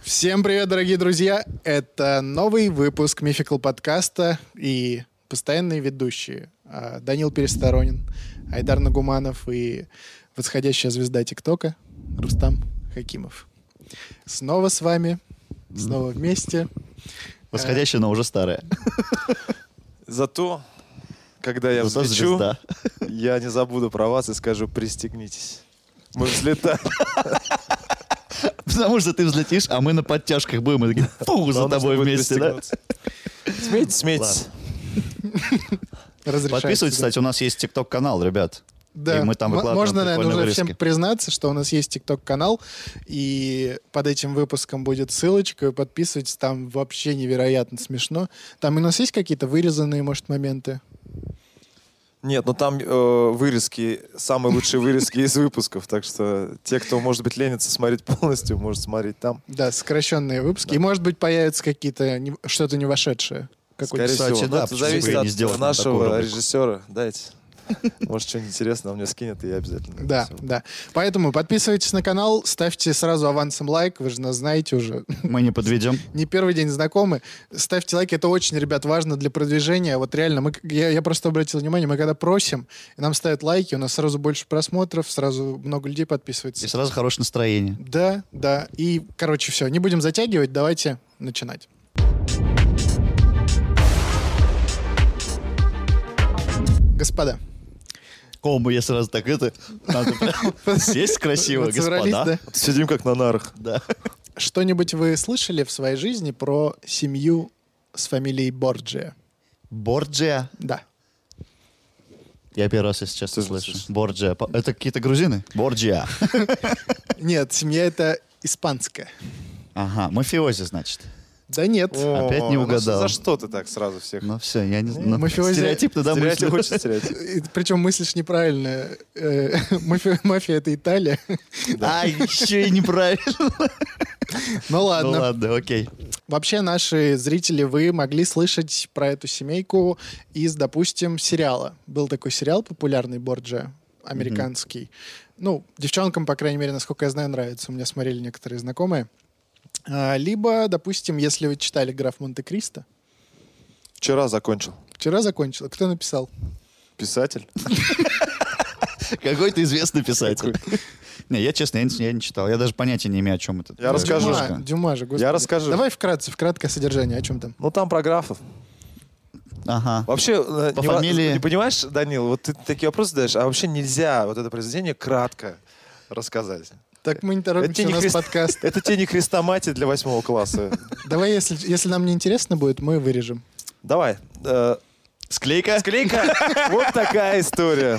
Всем привет, дорогие друзья! Это новый выпуск Мификал подкаста и постоянные ведущие а, Данил Пересторонин, Айдар Нагуманов и восходящая звезда ТикТока Рустам Хакимов. Снова с вами, снова вместе. Восходящая, но уже старая. Зато, когда я Зато взлечу, звезда. я не забуду про вас и скажу «пристегнитесь». Мы взлетаем. Потому что ты взлетишь, а мы на подтяжках будем. И такие, фу, за Нам нужно тобой будет вместе, да? пристегнуться. Смейтесь, смейтесь. Разрешается, Подписывайтесь, да. кстати, у нас есть ТикТок-канал, ребят. И мы там М- выкладываем Можно, наверное, прикольные уже вырезки. всем признаться, что у нас есть ТикТок-канал, и под этим выпуском будет ссылочка, и подписывайтесь, там вообще невероятно смешно. Там у нас есть какие-то вырезанные, может, моменты? Нет, ну там э, вырезки, самые лучшие вырезки из выпусков, так что те, кто, может быть, ленится смотреть полностью, может смотреть там. Да, сокращенные выпуски. И, может быть, появятся какие-то, не- что-то не вошедшее. Какой-то Скорее Кстати, всего, да, Но это почему бы зависит и не от сделать на такую нашего рубрику? режиссера. Дайте. Может, что-нибудь интересное он мне скинет, и я обязательно. Да, всё. да. Поэтому подписывайтесь на канал, ставьте сразу авансом лайк, вы же нас знаете уже. Мы не подведем. Не первый день знакомы. Ставьте лайки, это очень, ребят, важно для продвижения. Вот реально, мы, к- я, я просто обратил внимание, мы когда просим, и нам ставят лайки, у нас сразу больше просмотров, сразу много людей И подписывается. сразу хорошее настроение. Да, да. И, короче, все, не будем затягивать, давайте начинать. Господа, Кому я сразу так это... Надо прям сесть красиво, вот собрались, господа. да? Сидим как на нарах. Да. Что-нибудь вы слышали в своей жизни про семью с фамилией Борджия? Борджиа. Да. Я первый раз, если честно, Ты слышу. слышишь? Борджиа. По- Это какие-то грузины? Борджиа. Нет, семья это испанская. Ага, мафиози, значит. Да нет. Опять не ну угадал. За что ты так сразу всех? Ну все, я не знаю. мафиози- Стереотип-то да, Стереотип мыслю. очень стереотип. И Причем мыслишь неправильно. Э, мафи- Мафия это Италия. А, еще и неправильно. Ну Ну ладно. ладно, окей. Вообще наши зрители, вы могли слышать про эту семейку из, допустим, сериала. Был такой сериал популярный Борджа, американский. Ну, девчонкам, по крайней мере, насколько я знаю, нравится. У меня смотрели некоторые знакомые. А, Либо, допустим, если вы читали «Граф Монте-Кристо», Вчера закончил. вчера закончила. Кто написал? Писатель. Какой-то известный писатель. Не, я честно, я не, я не читал. Я даже понятия не имею, о чем это. Я расскажу. Дюма, Дюма же, господи. Я расскажу. Давай вкратце, в краткое содержание, о чем там? Ну там про графов. Ага. Вообще, э, По не, ва- фамилии. не понимаешь, Данил, вот ты такие вопросы задаешь, а вообще нельзя вот это произведение кратко рассказать. Так мы не Это торопимся, тебе у не, нас хрис- подкаст. это тебе не хрестоматия для восьмого класса. Давай, если, если нам не интересно будет, мы вырежем. Давай. э, Склейка? Склейка. Вот такая история.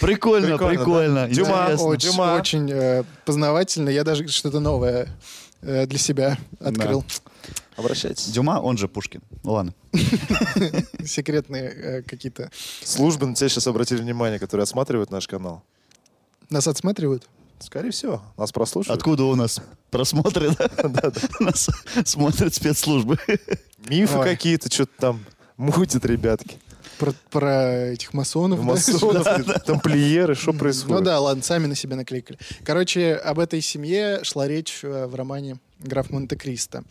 Прикольно, Прикольно, прикольно. да? Дюма, интересно. о, Очень, Дюма. очень э, познавательно. Я даже что-то новое э, для себя открыл. Обращайтесь. Дюма, он же Пушкин. Ну ладно. Секретные э, какие-то. Службы на тебя сейчас обратили внимание, которые отсматривают наш канал. Нас отсматривают? Скорее всего, нас прослушают. Откуда у нас просмотры? да? Нас смотрят спецслужбы. Мифы Ой. какие-то, что-то там мутят, ребятки. Про, про этих масонов. Ну, да? Масонов, тамплиеры, что Ну происходит? да, ладно, сами на себя накликали. Короче, об этой семье шла речь э, в романе «Граф Монте-Кристо».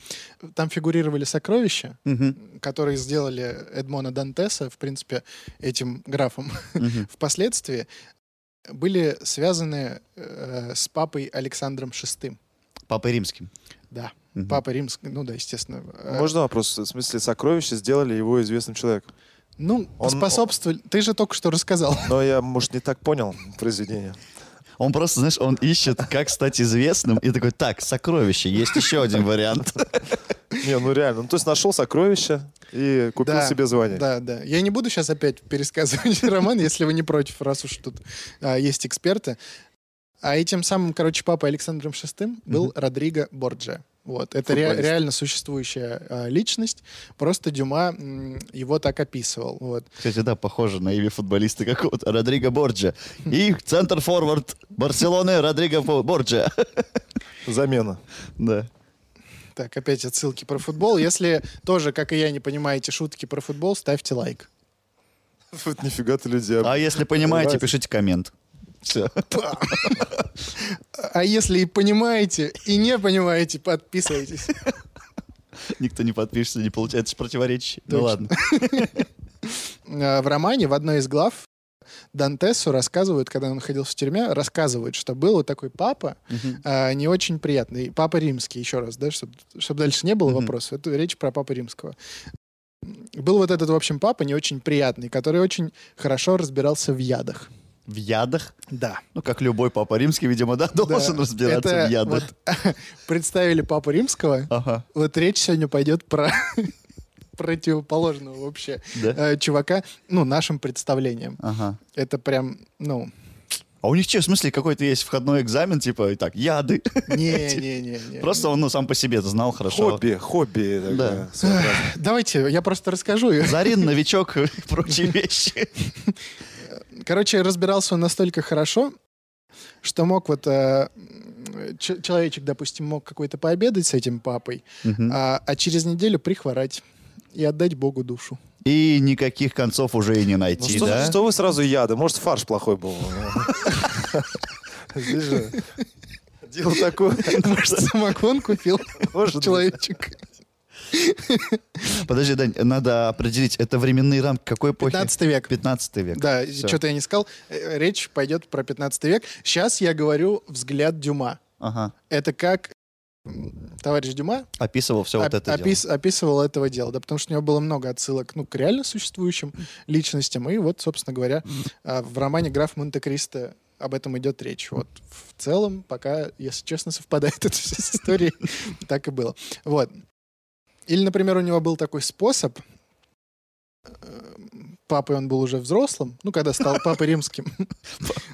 Там фигурировали сокровища, Мгм. которые сделали Эдмона Дантеса, в принципе, этим графом, впоследствии были связаны э, с папой Александром VI. Папой римским. Да, Мгм. папа римский, ну да, естественно. Э, А, Можно вопрос? В смысле, сокровища сделали его известным человеком? Ну, Он- способствовали. Ты же только что рассказал. Но я, может, не так понял произведение. Он просто, знаешь, он ищет, как стать известным, и такой, так, сокровище, есть еще один вариант. Не, ну реально. Ну, то есть нашел сокровище и купил Да, себе звание. Да, да. Я не буду сейчас опять пересказывать роман, если вы не против, раз уж тут а, есть эксперты. А этим самым, короче, папой Александром VI был Родриго Борджиа. Вот, это ре- Футболист. реально существующая а, личность. Просто Дюма м, его так описывал. Вот. Кстати, да, похоже на имя футболиста какого-то, Родриго Борджа. И центр-форвард Барселоны Родриго Бо- Борджа. Замена. Да. Так, опять отсылки про футбол. Если тоже, как и я, не понимаете шутки про футбол, ставьте лайк. Вот нифига ты людей. А если понимаете, Понимаете? пишите коммент. Все. А если и понимаете, и не понимаете, подписывайтесь. Никто не подпишется, не получается. Это же противоречие. Ну Точно. ладно. Э, В романе в одной из глав Дантесу рассказывают, когда он находился в тюрьме, рассказывают, что был вот такой папа, э, не очень приятный. Папа римский, еще раз, да, чтобы дальше не было Мгм. вопросов. Это речь про папу римского. Был вот этот, в общем, папа не очень приятный, который очень хорошо разбирался в ядах. В ядах. Да. Ну, как любой папа римский, видимо, да, должен разбираться Это в ядах. вот представили папу римского. Ага, Вот речь сегодня пойдет про противоположного вообще да. э, чувака, ну, нашим представлением. Ага. Это прям, ну, А у них что, в смысле, какой-то есть входной экзамен, типа, и так, яды. не-не-не. Просто он, ну, сам по себе это знал хорошо. Хобби, хобби. такое, своеобразное. Давайте, я просто расскажу. Зарин, новичок и прочие вещи. Короче, разбирался он настолько хорошо, что мог вот... э, м, ч- человечек, допустим, мог какой-то пообедать с этим папой, а, а через неделю прихворать и отдать Богу душу. И никаких концов уже и не Ну, найти, что, да? что вы сразу яды? Может, фарш плохой был? Здесь же Дело такое. Может, самогон купил Может быть. человечек. Подожди, Дань, надо определить, это временные рамки какой эпохи? 15 век. 15 век. Да, Всё. что-то я не сказал. Э, Речь пойдет про 15 век. Сейчас я говорю взгляд Дюма. Ага. Это как м, товарищ Дюма Описывал все вот оп- это дело. опис- описывал этого дела, да, потому что у него было много отсылок, ну, к реально существующим личностям, и вот, собственно говоря, а, в романе «Граф Монте-Кристо» об этом идет речь. Вот в целом, пока, если честно, совпадает это все с историей, так и было. Вот. Или, например, у него был такой способ, э, папой он был уже взрослым, ну, когда стал папой римским.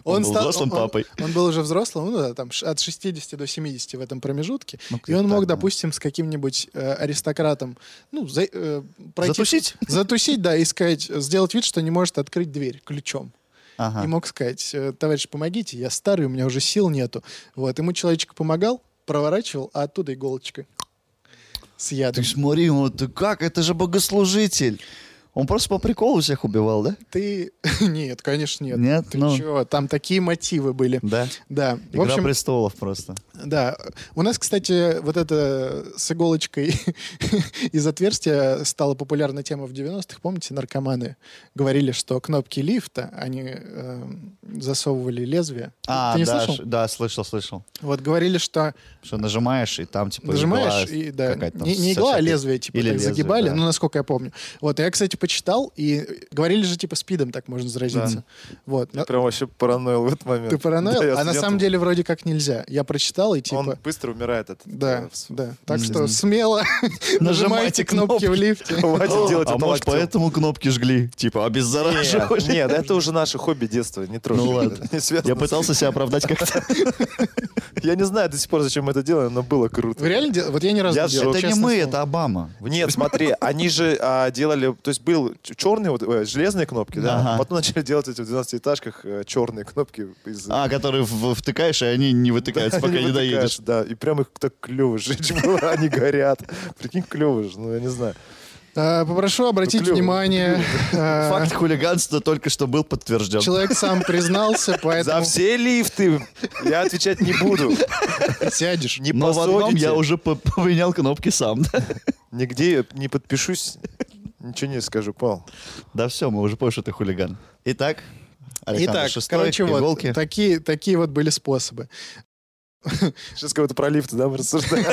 Он был взрослым он- папой. Он был уже взрослым, ну, да, там, ш- от 60 до 70 в этом промежутке. Ну, И он так, мог, да. допустим, с каким-нибудь э, аристократом, ну, за- э, пройти... Затусить? Затусить, да, и сказать, э, сделать вид, что не может открыть дверь ключом. Ага. И мог сказать, э, товарищ, помогите, я старый, у меня уже сил нету. Вот, ему человечек помогал, проворачивал, а оттуда иголочкой с Ты ядом. смотри, он вот, как, это же богослужитель. Он просто по приколу всех убивал, да? Ты... Нет, конечно, нет. Нет? Ты Ну. чё, Там такие мотивы были. Да. Да. В Игра общем, престолов просто. Да. У нас, кстати, вот это с иголочкой из отверстия стала популярна тема в 90-х. Помните, наркоманы говорили, что кнопки лифта, они эм, засовывали лезвие. А, Ты не да, слышал? ш- да, слышал, слышал. Вот говорили, что Что нажимаешь, и там типа нажимаешь, игла и да, какая-то там не, не со игла, а всякой- лезвие, типа, Или так лезвие, загибали, да. ну, насколько я помню. Вот, я, кстати, почитал, и говорили же, типа, спидом так можно заразиться. Вот. Я Но прям вообще параноил в этот момент. Ты параноил, Да, я а на слетал. самом деле вроде как нельзя. Я прочитал, и типа... Он быстро умирает этот. Да, э, в- да. Так Мгм. что смело нажимайте Нажимайте кнопки кнопки. в лифте. Хватит делать а это типа. может, локтем. поэтому кнопки жгли? Типа, обеззараживали. Э, Нет, нет, это уже наше хобби детства, не трогай. Ну ладно. Не связано Я с- пытался себя оправдать как-то. Я не знаю до сих пор, зачем мы это делаем, но было круто. Вы реально дел- Вот я ни разу Я не делал, Это не честное мы, слово. это Обама. Нет, смотри, они же а, делали, то есть был черные вот э, железные кнопки, да, Ага. потом начали делать эти в 12-этажках черные кнопки из А, которые в- втыкаешь, и они не вытыкаются, пока Они не вытыкают, доедешь. Да, и прям их так клево жечь было, они горят. Прикинь, клево же, ну я не знаю. А, Попрошу обратить клёво, внимание. а, Факт хулиганства только что был подтвержден. Человек сам признался, За поэтому все лифты я отвечать не буду. сядешь. Не Но в одном посадите. я уже по- поменял кнопки сам. да. Нигде не подпишусь, ничего не скажу, Пал. Да все, мы уже поняли, что ты хулиган. Итак, Александр Итак, Шестой, короче, вот иголки. такие, такие вот были способы. Сейчас кого-то про лифты, да, мы рассуждаем.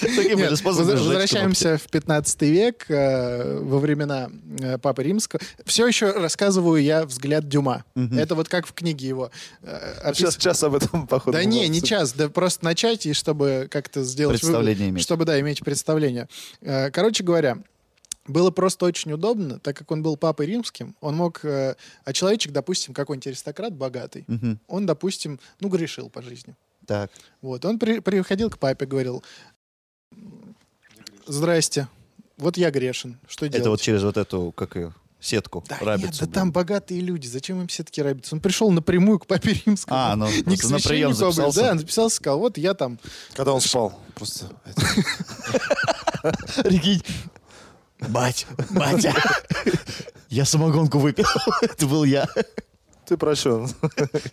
Такие были Нет, способы воз- сжечь возвращаемся в 15 век, э, во времена э, Папы Римского. Все еще рассказываю я взгляд Дюма. Мгм. А Это вот как в книге его. э, Сейчас час об этом, походу. Да мы не, не обсудим. час, да просто начать, и чтобы как-то сделать... вывод, Представление иметь. Чтобы, да, иметь представление. Э, Короче говоря, было просто очень удобно, так как он был папой римским, он мог... э, А человечек, допустим, какой-нибудь аристократ богатый, кнопки. Мгм. он, допустим, ну, грешил по жизни. Так. Вот, он при- приходил к папе, говорил, здрасте, вот я грешен, что делать? Это вот через вот эту, как ее, сетку, Да нет, рабицу. да там богатые люди, зачем им все-таки рабиться? Он пришел напрямую к папе римскому. А, ну, не к просто на священнику, а, блин, прием записался. Да, написался, сказал, вот я там Когда он спал, просто. Прикинь. Бать, батя, я самогонку выпил. Это был я. Ты прощен.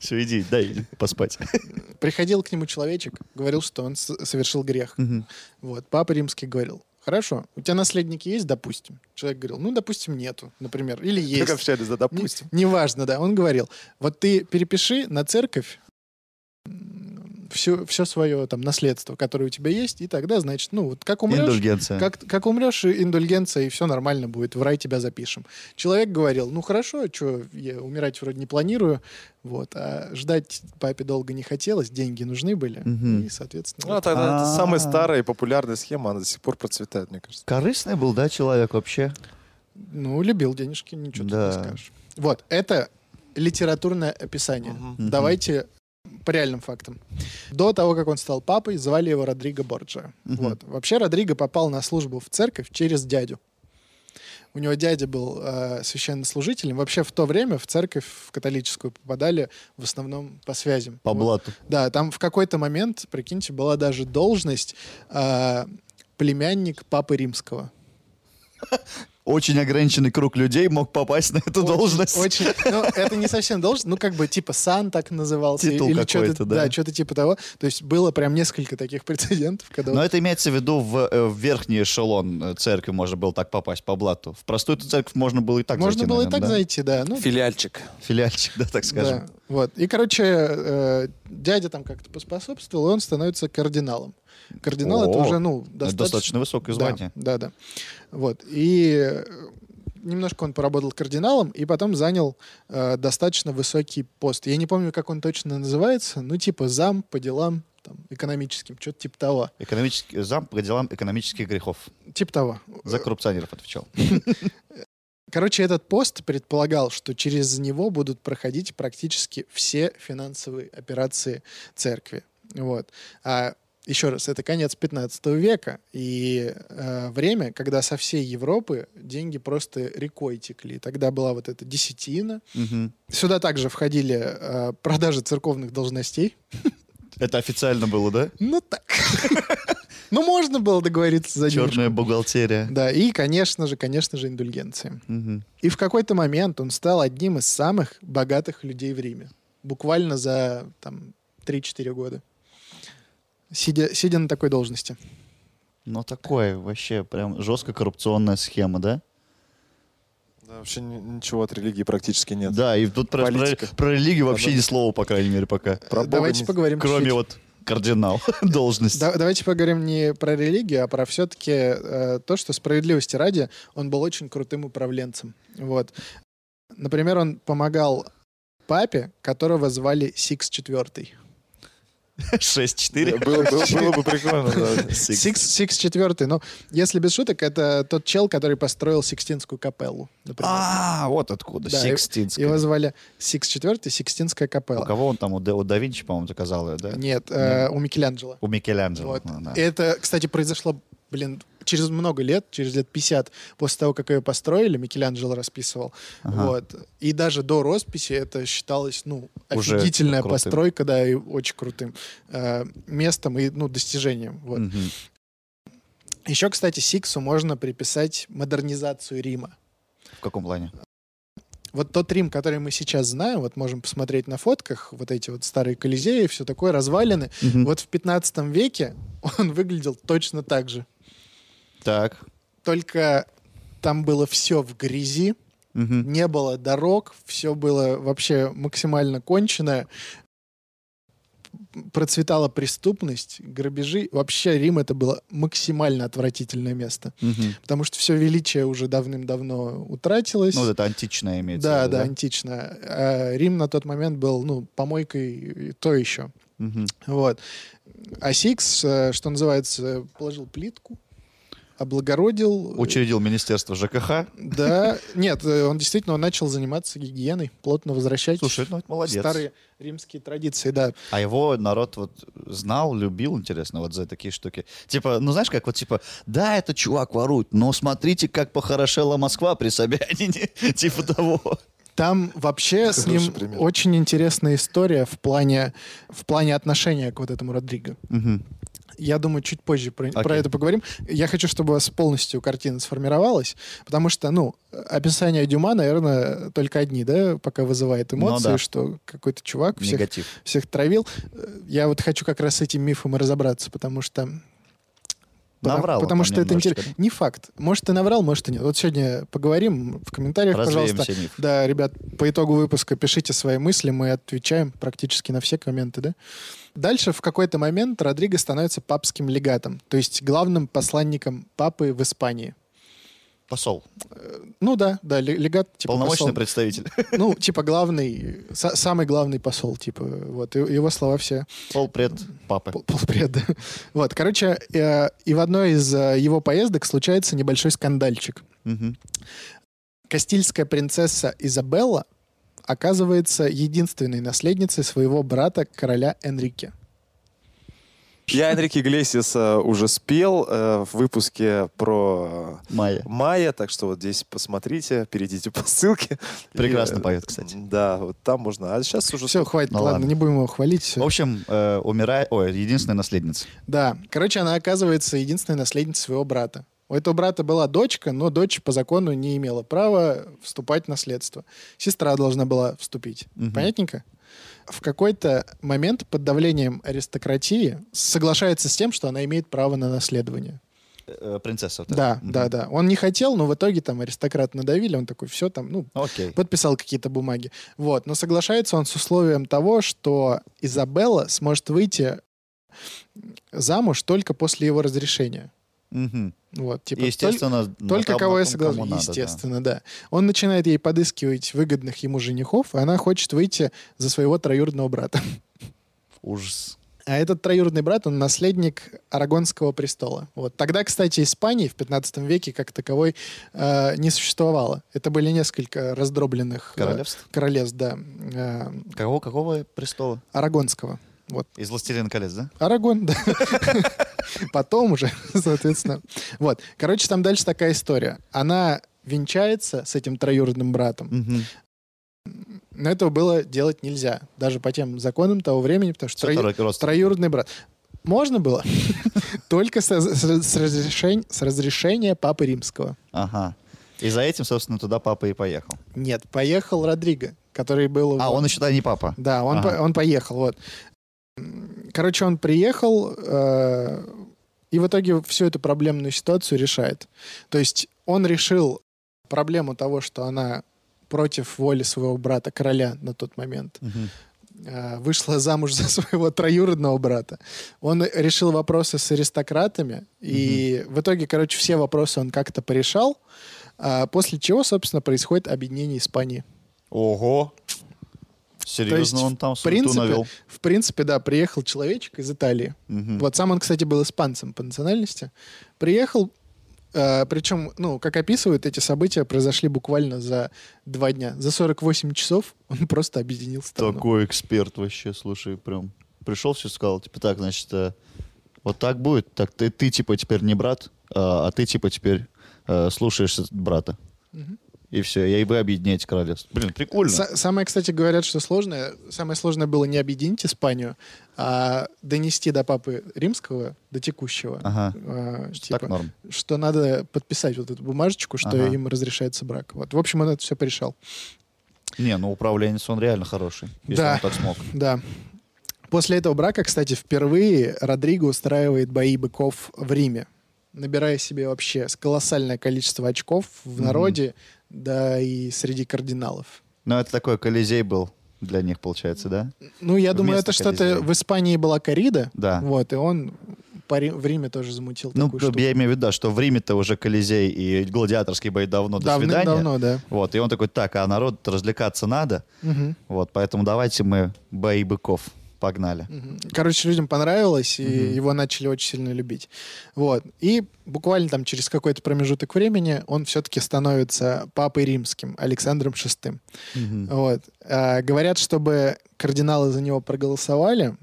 Все, иди, дай поспать. Приходил к нему человечек, говорил, что он с- совершил грех. Вот, папа римский говорил, хорошо, у тебя наследники есть, допустим? Человек говорил, ну, допустим, нету, например, или Как есть. общались, да, Не- допустим. Неважно, да. Он говорил, вот ты перепиши на церковь м, всё- все свое там наследство, которое у тебя есть, и тогда, значит, ну, вот как умрешь, Индульгенция. Как, как умрешь, и индульгенция, и все нормально будет, в рай тебя запишем. Человек говорил, ну хорошо, что я умирать вроде не планирую, вот, а ждать папе долго не хотелось, деньги нужны были, Мгм. и, соответственно... Ну, вот. это, это А. самая старая и популярная схема, она до сих пор процветает, мне кажется. Корыстный был, да, человек вообще? Ну, любил денежки, ничего тут Да. не скажешь. Вот, это литературное описание. Давайте по реальным фактам. До того, как он стал папой, звали его Родриго Борджиа. Мгм. Вот. Вообще Родриго попал на службу в церковь через дядю. У него дядя был э, священнослужителем. Вообще в то время в церковь в католическую попадали в основном по связям. По Вот. блату. Да, там в какой-то момент, прикиньте, была даже должность э, племянник папы римского. Очень ограниченный круг людей мог попасть на эту Очень- должность. Очень, ну, это не совсем должность, ну, как бы, типа, сан так назывался. Титул или что-то, какой-то, да. Да, что-то типа того. То есть было прям несколько таких прецедентов, когда... Но Ну, это имеется в виду в, э, в верхний эшелон э, церкви можно было так попасть по блату. В простую эту церковь можно было и так Можно зайти, было и наверное, так да? зайти, да. Ну, Филиальчик. Филиальчик, да, так скажем. да, вот. И, короче, э, дядя там как-то поспособствовал, и он становится кардиналом. Кардинал — это О, уже, ну, Это достаточно... достаточно высокое звание. Да, да, да. Вот. И э, немножко он поработал кардиналом, и потом занял э, достаточно высокий пост. Я не помню, как он точно называется, ну, типа зам по делам там, экономическим, что-то типа того. Экономический э, зам по делам экономических грехов. Типа того. За коррупционеров отвечал. Короче, этот пост предполагал, что через него будут проходить практически все финансовые операции церкви. Вот. А еще раз, это конец 15 века и э, время, когда со всей Европы деньги просто рекой текли. Тогда была вот эта десятина. Мгм. Сюда также входили э, продажи церковных должностей. Это официально было, да? Ну так. Ну можно было договориться за денежку. Черная бухгалтерия. Да, и, конечно же, конечно же, индульгенции. Мгм. И в какой-то момент он стал одним из самых богатых людей в Риме. Буквально за там, 3-4 года. Сидя, сидя на такой должности. Ну, такое вообще прям жестко коррупционная схема, да? Да, вообще ни- ничего от религии практически нет. Да, и тут про, про- Политика. про религию вообще Ладно. ни слова, по крайней мере, пока. Про Э, Бога Давайте не- поговорим Кроме чуть-чуть. вот кардинал, должность. Да- давайте поговорим не про религию, а про все-таки то, что справедливости ради он был очень крутым управленцем. Вот. Например, он помогал папе, которого звали Сикс Четвертый. 6-4. Было, было- было бы прикольно, да. Сикс Сикс Четвертый, ну, если без шуток, это тот чел, который построил Сикстинскую капеллу. например. А, вот откуда. Да, и- Сикстинская. Его звали Сикс Четвертый, Сикстинская У капелла. кого он там? У, Да- у да Винчи, по-моему, заказал ее, да? Нет, э, у Микеланджело. У Микеланджело. Вот. Э, ну, да. Это, кстати, произошло, блин, через много лет, через лет 50 после того, как ее построили, Микеланджело расписывал. Ага. Вот. И даже до росписи это считалось, ну, Уже офигительная крутым. постройка, да, и очень крутым э, местом и, ну, достижением. Вот. Мгм. Еще, кстати, Сиксу можно приписать модернизацию Рима. В каком плане? вот тот Рим, который мы сейчас знаем, вот можем посмотреть на фотках, вот эти вот старые колизеи, все такое, развалины. Мгм. Вот в 15 веке он выглядел точно так же. Так. Только там было все в грязи, Мгм. не было дорог, все было вообще максимально кончено. Процветала преступность, грабежи. Вообще Рим это было максимально отвратительное место. Мгм. Потому что все величие уже давным-давно утратилось. Ну, вот это античное имеется. в Да, виду, да, антично. А Рим на тот момент был, ну, помойкой и то еще. Мгм. Вот. А Сикс, э, что называется, положил плитку, облагородил. э, Учредил Министерство ЖКХ. Да. Нет, э, он действительно он начал заниматься гигиеной, плотно возвращать Слушай, ну это молодец. старые римские традиции, да. А его народ вот знал, любил, интересно, вот за такие штуки. Типа, ну знаешь, как вот типа, да, это чувак ворует, но смотрите, как похорошела Москва при Собянине, типа того. Там вообще с хороший ним пример. очень интересная история в плане, в плане отношения к вот этому Родриго. Мгм. Я думаю, чуть позже про, про Окей. это поговорим. Я хочу, чтобы у вас полностью картина сформировалась, потому что, ну, описание Дюма, наверное, только одни, да, пока вызывает Ну эмоции, да. что какой-то чувак всех Негатив. всех травил. Э, Я вот хочу как раз с этим мифом и разобраться, потому что... Потому, Наврал он потому там что это немножечко, интересно. Не факт. может, ты наврал, может, и нет. Вот сегодня поговорим в комментариях, Развеем пожалуйста. все мифы. Да, ребят, по итогу выпуска пишите свои мысли, мы отвечаем практически на все комменты, да? Дальше в какой-то момент Родриго становится папским легатом, то есть главным посланником папы в Испании. Посол. Ну да, да, ле- легат типа Полномочный посол. представитель. Ну, типа главный, са- самый главный посол, типа, вот, и- его слова все Полпред папы. Пол- полпред, да. Вот, короче, э, и в одной из э, его поездок случается небольшой скандальчик. Мгм. Кастильская принцесса Изабелла оказывается единственной наследницей своего брата, короля Энрике. Я Энрике Иглесиаса уже спел э, в выпуске про Майя. Майя, так что вот здесь посмотрите, перейдите по ссылке. Прекрасно И, э, поет, кстати. Да, вот там можно. А сейчас уже... Все, хватит, Ну ладно, ладно. не будем его хвалить. всё. В общем, э, умирает... Ой, единственная наследница. Да, короче, она оказывается единственной наследницей своего брата. У этого брата была дочка, но дочь по закону не имела права вступать в наследство. Сестра должна была вступить. Мгм. Понятненько? В какой-то момент под давлением аристократии соглашается с тем, что она имеет право на наследование. Э, принцесса вот эта. Да, Мгм. да, да. Он не хотел, но в итоге там аристократ надавили, он такой, все там, ну, Окей. подписал какие-то бумаги. Вот, но соглашается он с условием того, что Изабелла сможет выйти замуж только после его разрешения. Мгм. Вот, типа, И, Естественно, на толь- только том- кого на я том, кому согласен. надо, да. Естественно, да. Он начинает ей подыскивать выгодных ему женихов, и она хочет выйти за своего троюродного брата. Ужас. А этот троюродный брат, он наследник Арагонского престола. Вот. Тогда, кстати, Испании в 15 веке как таковой э, не существовало. Это были несколько раздробленных э, Королевство? королевств, да, э, Кого, какого престола? Арагонского. Вот. Из «Властелина колец», да? Арагон, да. Потом уже, соответственно. Вот. Короче, там дальше такая история. Она венчается с этим троюродным братом, Мгм. но этого было делать нельзя, даже по тем законам того времени, потому что Всё троё- тро- родственники. троюродный брат. Можно было, только с, с- с разрешень- с разрешения папы римского. Ага. И за этим, собственно, туда папа и поехал. Нет, поехал Родриго, который был... А, его- он еще туда не папа. Да, он, Ага. по- он поехал, вот. М, Короче, он приехал э, и в итоге всю эту проблемную ситуацию решает. То есть он решил проблему того, что она против воли своего брата, короля на тот момент, Мгм. э, вышла замуж за своего троюродного брата. Он решил вопросы с аристократами, и в итоге, короче, все вопросы он как-то порешал, а после чего, собственно, происходит объединение Испании. Ого! Серьезно, есть, он там В Ну, суету принципе, навел. в принципе, да, приехал человечек из Италии. Мгм. Вот сам он, кстати, был испанцем по национальности. Приехал, э, причем, ну, как описывают, эти события произошли буквально за два дня. За 48 часов он просто ну. объединил страну. Такой эксперт вообще, слушай, прям. Пришел, все сказал, типа, так, значит, э, вот так будет, так ты, ты типа, теперь не брат, а, а ты, типа, теперь э, слушаешься брата. Мгм. И все, и вы объединяете королевство. Блин, прикольно. Са- Самое, кстати, говорят, что сложное, самое сложное было не объединить Испанию, а донести до папы римского, до текущего, Ага. э, Что типа, так норм. что надо подписать вот эту бумажечку, что Ага. им разрешается брак. Вот. В общем, он это все порешал. Не, ну управленец он реально хороший, если Да. он так смог. Да. После этого брака, кстати, впервые Родриго устраивает бои быков в Риме, набирая себе вообще с- колоссальное количество очков в Мгм. народе, да и среди кардиналов. Но это такой колизей был для них, получается, да? Ну, я думаю, Вместо это что-то... Колизея. В Испании была корида, Да. вот, и он по Ри- в Риме тоже замутил Ну, Ну, такую штуку. я имею в виду, да, что в Риме-то уже Колизей и гладиаторский бой давно до свидания. Давным-давно, да. Вот, и он такой, так, а народ развлекаться надо, Мгм. вот, поэтому давайте мы бои быков погнали. Мгм. Короче, людям понравилось, и его начали очень сильно любить. Вот. И буквально там через какой-то промежуток времени он все-таки становится папой римским, Александром VI. Мгм. Вот. А, говорят, чтобы кардиналы за него проголосовали,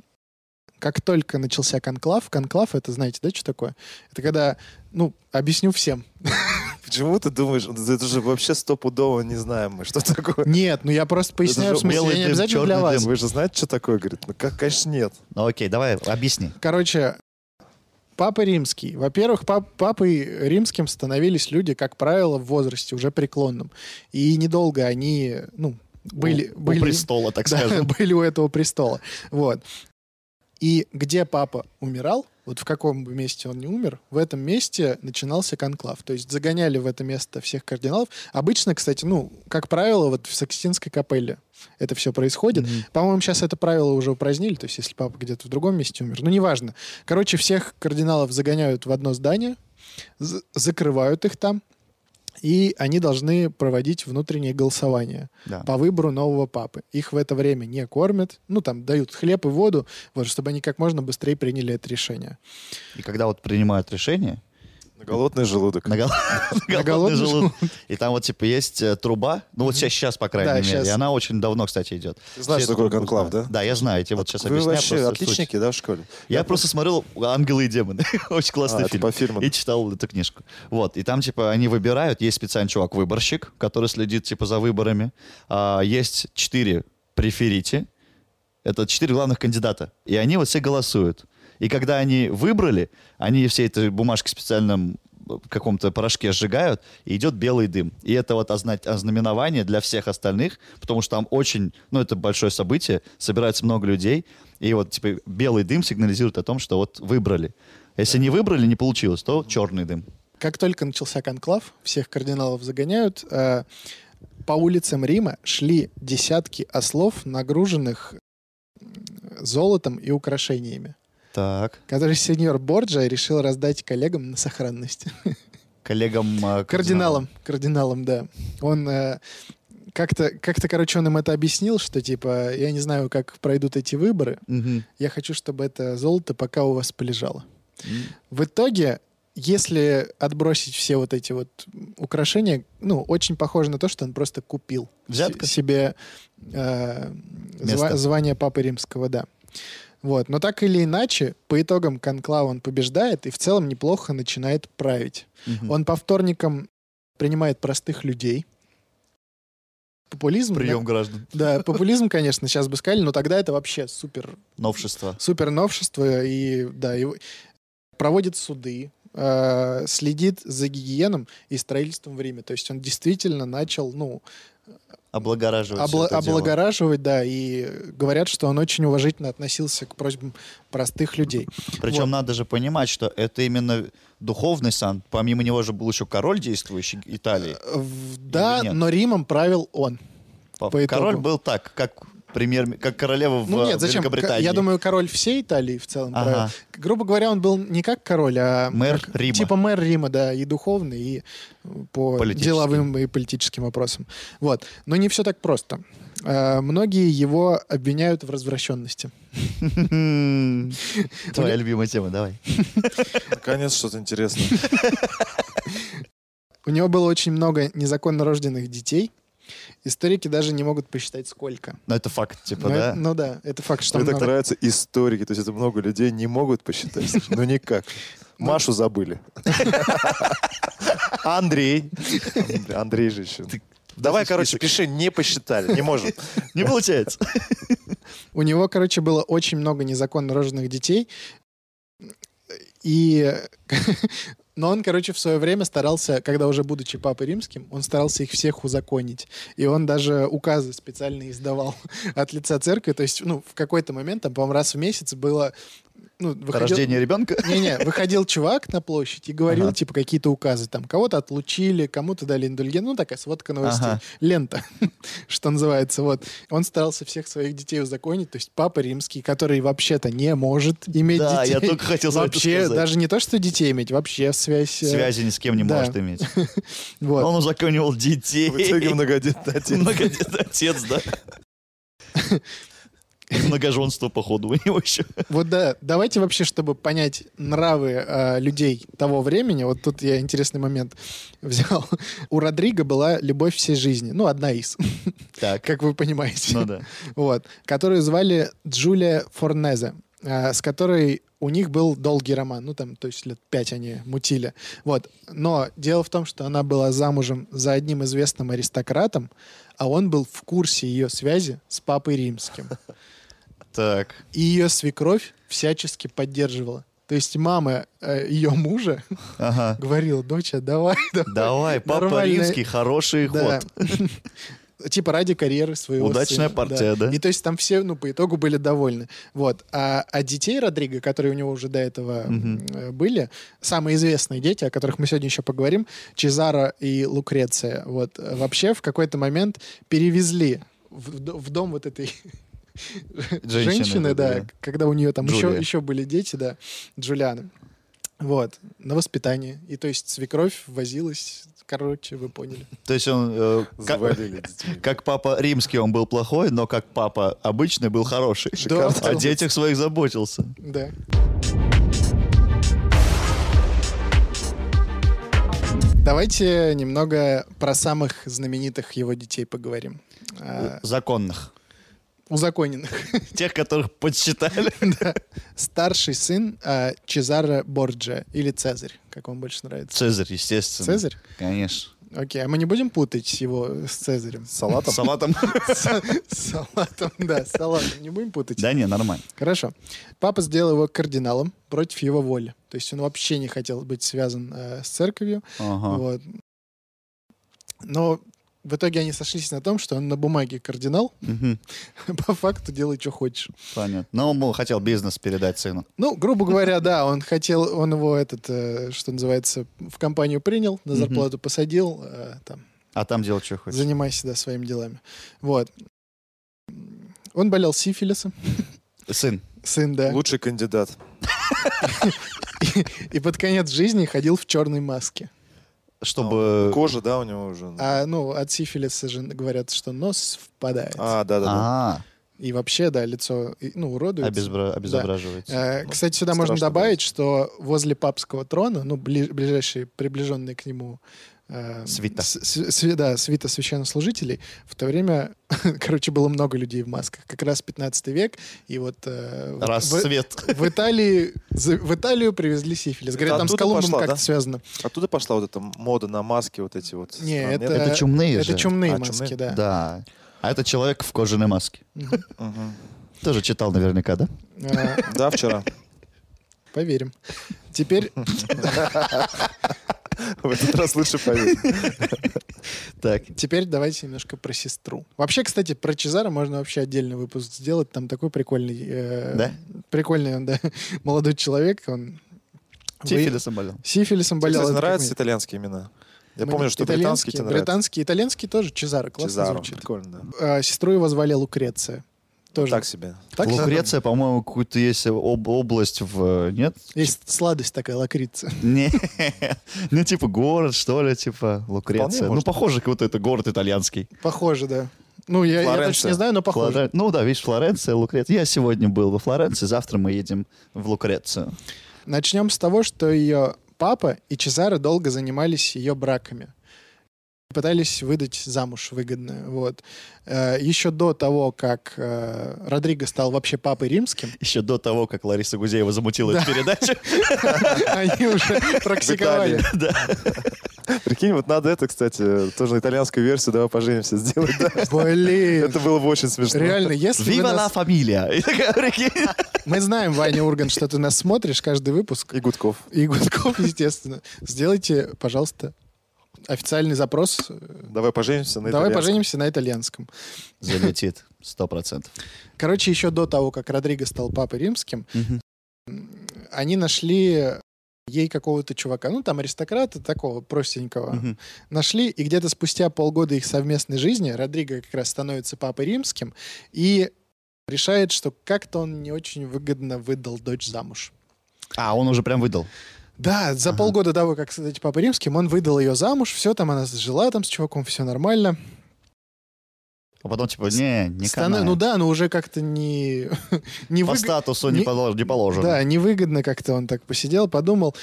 как только начался конклав, конклав это, знаете, да, что такое? Это когда, ну, объясню всем. Почему ты думаешь, это же вообще стопудово не знаем мы, что такое. Нет, ну я просто поясняю, же в смысле, белый я не дым, обязательно для черный вас. дым. Вы же знаете, что такое? Говорит, ну как, конечно, нет. Ну, окей, давай, объясни. Короче, Папа римский. Во-первых, пап- папой римским становились люди, как правило, в возрасте уже преклонном. И недолго они, ну, были... у, были у престола, так да, скажем. были у этого престола. Вот. И где папа умирал, вот в каком бы месте он не умер, в этом месте начинался конклав. То есть загоняли в это место всех кардиналов. Обычно, кстати, ну, как правило, вот в Сакстинской капелле это все происходит. Мгм. По-моему, сейчас это правило уже упразднили, то есть если папа где-то в другом месте умер, ну, неважно. Короче, всех кардиналов загоняют в одно здание, з- закрывают их там, и они должны проводить внутреннее голосование Да. по выбору нового папы. Их в это время не кормят, ну там дают хлеб и воду, вот, чтобы они как можно быстрее приняли это решение. И когда вот принимают решение, На голодный желудок. на гол- на На голодный голодный желудок, и там вот типа есть э, труба, ну вот сейчас, сейчас, по крайней Да, мере, щас. и она очень давно, кстати, идет. Ты знаешь, Все что такое трубу конклав, знают. да? Да, я знаю, я тебе вот сейчас Вы объясняю. вообще просто суть. отличники, да, в школе? Я просто смотрел «Ангелы и демоны». Очень классный А, это фильм. по фильмам. И читал эту книжку. Вот. И там, типа, они выбирают. Есть специальный чувак-выборщик, который следит, типа, за выборами. А, есть четыре преферити. Это четыре главных кандидата. И они вот все голосуют. И когда они выбрали, они все эти бумажки в специальном э, каком-то порошке сжигают, и идет белый дым. И это вот озна- ознаменование для всех остальных, потому что там очень, ну, это большое событие, собирается много людей, и вот, типа, белый дым сигнализирует о том, что вот выбрали. Если не выбрали, не получилось, то черный дым. Как только начался конклав, всех кардиналов загоняют, э, по улицам Рима шли десятки ослов, нагруженных м, золотом и украшениями, Так, которые сеньор Борджа решил раздать коллегам на сохранность. коллегам... э, Кардиналом, кардиналом, да. Он э, как-то, как-то, короче, он им это объяснил, что типа, я не знаю, как пройдут эти выборы, Мгм. я хочу, чтобы это золото пока у вас полежало. М. В итоге, если отбросить все вот эти вот украшения, ну, очень похоже на то, что он просто купил Взятка? с- себе э, зва- Место. звание Папы Римского, да. Вот. Но так или иначе, по итогам конклава он побеждает и в целом неплохо начинает править. Мгм. Он по вторникам принимает простых людей. Популизм... Прием граждан. Да, популизм, конечно, сейчас бы сказали, но тогда это вообще супер Новшество. супер новшество и да и проводит суды э, следит за гигиеном и строительством в Риме. То есть он действительно начал, ну, Облагораживать обла- все это дело. облагораживать, да, и говорят, что он очень уважительно относился к просьбам простых людей. Причем Вот. надо же понимать, что это именно духовный сан. Помимо него же был еще король действующий Италии. Э, в- да, нет? но Римом правил он. По- по итогу. король был так, как премьер, как королева в ну э, нет, зачем? К- Великобритании. Я думаю, король всей Италии в целом Ага. правил. Грубо говоря, он был не как король, а мэр Рима. Типа мэр Рима, да, и духовный, и э, по Политическим. деловым и политическим вопросам. Вот. Но не все так просто. Э, Многие его обвиняют в развращенности. Твоя любимая тема, давай. Наконец, что-то интересное. У него было очень много незаконно рожденных детей. Историки даже не могут посчитать, сколько. Ну это факт, Но типа, да? это- ну да, это факт, что Мне так много. нравятся историки, то есть это много людей не могут посчитать, но никак. Ну, Машу забыли. Андрей. Андрей же еще. Давай, короче, пиши, не посчитали, не можем. Не получается. У него, короче, было очень много незаконно рожденных детей. И... Но он, короче, в свое время старался, когда уже будучи папой римским, он старался их всех узаконить. И он даже указы специально издавал от лица церкви. То есть, ну, в какой-то момент, там, по-моему, раз в месяц было... Ну, выходил- Рождение ребенка. не-не, выходил чувак на площадь и говорил, Ага. типа, какие-то указы. Там кого-то отлучили, кому-то дали индульген. Ну, такая сводка новостей. Ага. Лента, что называется. Вот. Он старался всех своих детей узаконить. То есть папа римский, который вообще-то не может иметь Да, детей. я только хотел за это Вообще, сказать. даже не то, что детей иметь, вообще связь. э, Связи ни с кем не Да. может иметь. Вот. Он узаконивал детей. В итоге многодетный Ну, отец. Многодетный отец, да. И Многоженство, походу, у него еще. Вот да, давайте вообще, чтобы понять нравы э, людей того времени, вот тут я интересный момент взял. У Родриго была любовь всей жизни. Ну, одна из, Так, как вы понимаете. ну да. вот, которую звали Джулия Форнезе, э, с которой у них был долгий роман, ну там, то есть лет пять они мутили, вот. Но дело в том, что она была замужем за одним известным аристократом, а он был в курсе ее связи с папой римским. Так. И ее свекровь всячески поддерживала. То есть мама э, ее мужа Ага. говорила, доча, давай, давай. Давай, папа Нормальная- римский, хороший Да. ход. Типа ради карьеры своего Удачная сына, партия, да. И то есть там все, ну, по итогу были довольны. Вот. А, а детей Родриго, которые у него уже до этого м, э, были, самые известные дети, о которых мы сегодня еще поговорим, Чезаро и Лукреция, вот, э, вообще в какой-то момент перевезли в, д- в дом вот этой Женщины, женщины, да, да. когда у нее там еще, Джулия. еще были дети, да, Джулианы. Вот, на воспитание. И то есть свекровь возилась, короче, вы поняли. То есть он... э, как, Завалили детей. как папа римский он был плохой, но как папа обычный был хороший. Да, в О целом, детях своих заботился. Да. Давайте немного про самых знаменитых его детей поговорим. А, Законных. узаконенных. Тех, которых подсчитали. Старший сын а, Чезаро Борджа или Цезарь, как вам больше нравится. Цезарь, естественно. Цезарь? Конечно. Окей, а мы не будем путать его с Цезарем? Салатом? Салатом? С салатом, да, с салатом. Не будем путать. Да не, нормально. Хорошо. Папа сделал его кардиналом против его воли. То есть он вообще не хотел быть связан э, с церковью. Ага. Вот. Но в итоге они сошлись на том, что он на бумаге кардинал, Мгм. по факту делай, что хочешь. Понятно. Но он был- хотел бизнес передать сыну. Ну, грубо говоря, да, он хотел, он его этот, э, что называется, в компанию принял, на Мгм. зарплату посадил, э, там, А там делать что хочешь. занимайся, да, своими делами. Вот. Он болел сифилисом, Сын. сын, да. Лучший кандидат. И под конец жизни ходил в черной маске. Чтобы... Кожа, да, у него уже. А, ну, от сифилиса же говорят, что нос впадает. А, да, да, да. А, И вообще, да, лицо, и, ну, уродуется. обезбра- обезображивается. Э, Кстати, сюда Ну, Страшно можно добавить, что возле папского трона, ну, бли- ближайшие приближенные к нему э, Свита. с- с- сви- да, свита священнослужителей, в то время, короче, было много людей в масках. Как раз 15 век, и вот э, в- в, Рассвет. в Италии, за- в Италию привезли сифилис. Говорят, Это там с оттуда Колумбом пошла, как-то да? связано. Оттуда А пошла вот эта мода на маски, вот эти вот. А, Не, страны. это- Это чумные же. э, Это чумные А, маски, чумные? да. Да. А это человек в кожаной маске. Мгм. Мгм. Тоже читал наверняка, да? Э, Да, вчера. Поверим. Теперь В этот раз лучше поверь. Так. Теперь давайте немножко про сестру. Вообще, кстати, про Чезаро можно вообще отдельный выпуск сделать. Там такой прикольный... э, Да? Прикольный он, да. Молодой человек, он... вы- Сифилисом болел. Сифилисом болел. Кстати, это как нравятся мне. итальянские имена? Я Мне помню, что британские тебе нравятся. британские, итальянские тоже. Чезаро, классно Чезаро. звучит. Прикольно, да. А, сестру его звали Лукреция. Тоже. Так себе. Так же? Лукреция, по-моему, какую-то есть об- область в... э, Нет? Есть сладость такая, лакрица. Не. Ну, типа город, что ли, типа Лукреция. Ну, может похоже, как будто это город итальянский. Похоже, да. Ну, я, я точно Флоренция. не знаю, но похоже. Флорен- Ну да, видишь, Флоренция, Лукреция. Я сегодня был во Флоренции, завтра мы едем в Лукрецию. Начнем с того, что ее папа и Чезаро долго занимались ее браками. Пытались выдать замуж выгодно. Вот. Э, Еще до того, как э, Родриго стал вообще папой римским, Еще до того, как Лариса Гузеева замутила эту передачу. они уже практиковали. Да. Прикинь, вот надо это, кстати, тоже итальянскую версию «Давай поженимся» сделать. да? Блин. Это было бы очень смешно. Реально, если вы Вива ла нас... фамилия. И такая, прикинь. Мы знаем, Ваня Ургант, что ты нас смотришь каждый выпуск. И Гудков. И Гудков, естественно. Сделайте, пожалуйста, официальный запрос. Давай поженимся на Давай итальянском. поженимся на итальянском. Залетит, сто процентов. Короче, еще до того, как Родриго стал папой римским, они нашли ей какого-то чувака, ну там аристократа такого простенького, Мгм. нашли, и где-то спустя полгода их совместной жизни Родриго как раз становится папой римским и решает, что как-то он не очень выгодно выдал дочь замуж. А, он уже прям выдал. Да, за полгода до того, как стать папой римским, он выдал ее замуж, все там, она жила там с чуваком, все нормально. А потом типа, не, не Стана- канает. Ну да, но уже как-то не... не По выго- статусу не не- полож- не положено. Да, невыгодно как-то он так посидел, подумал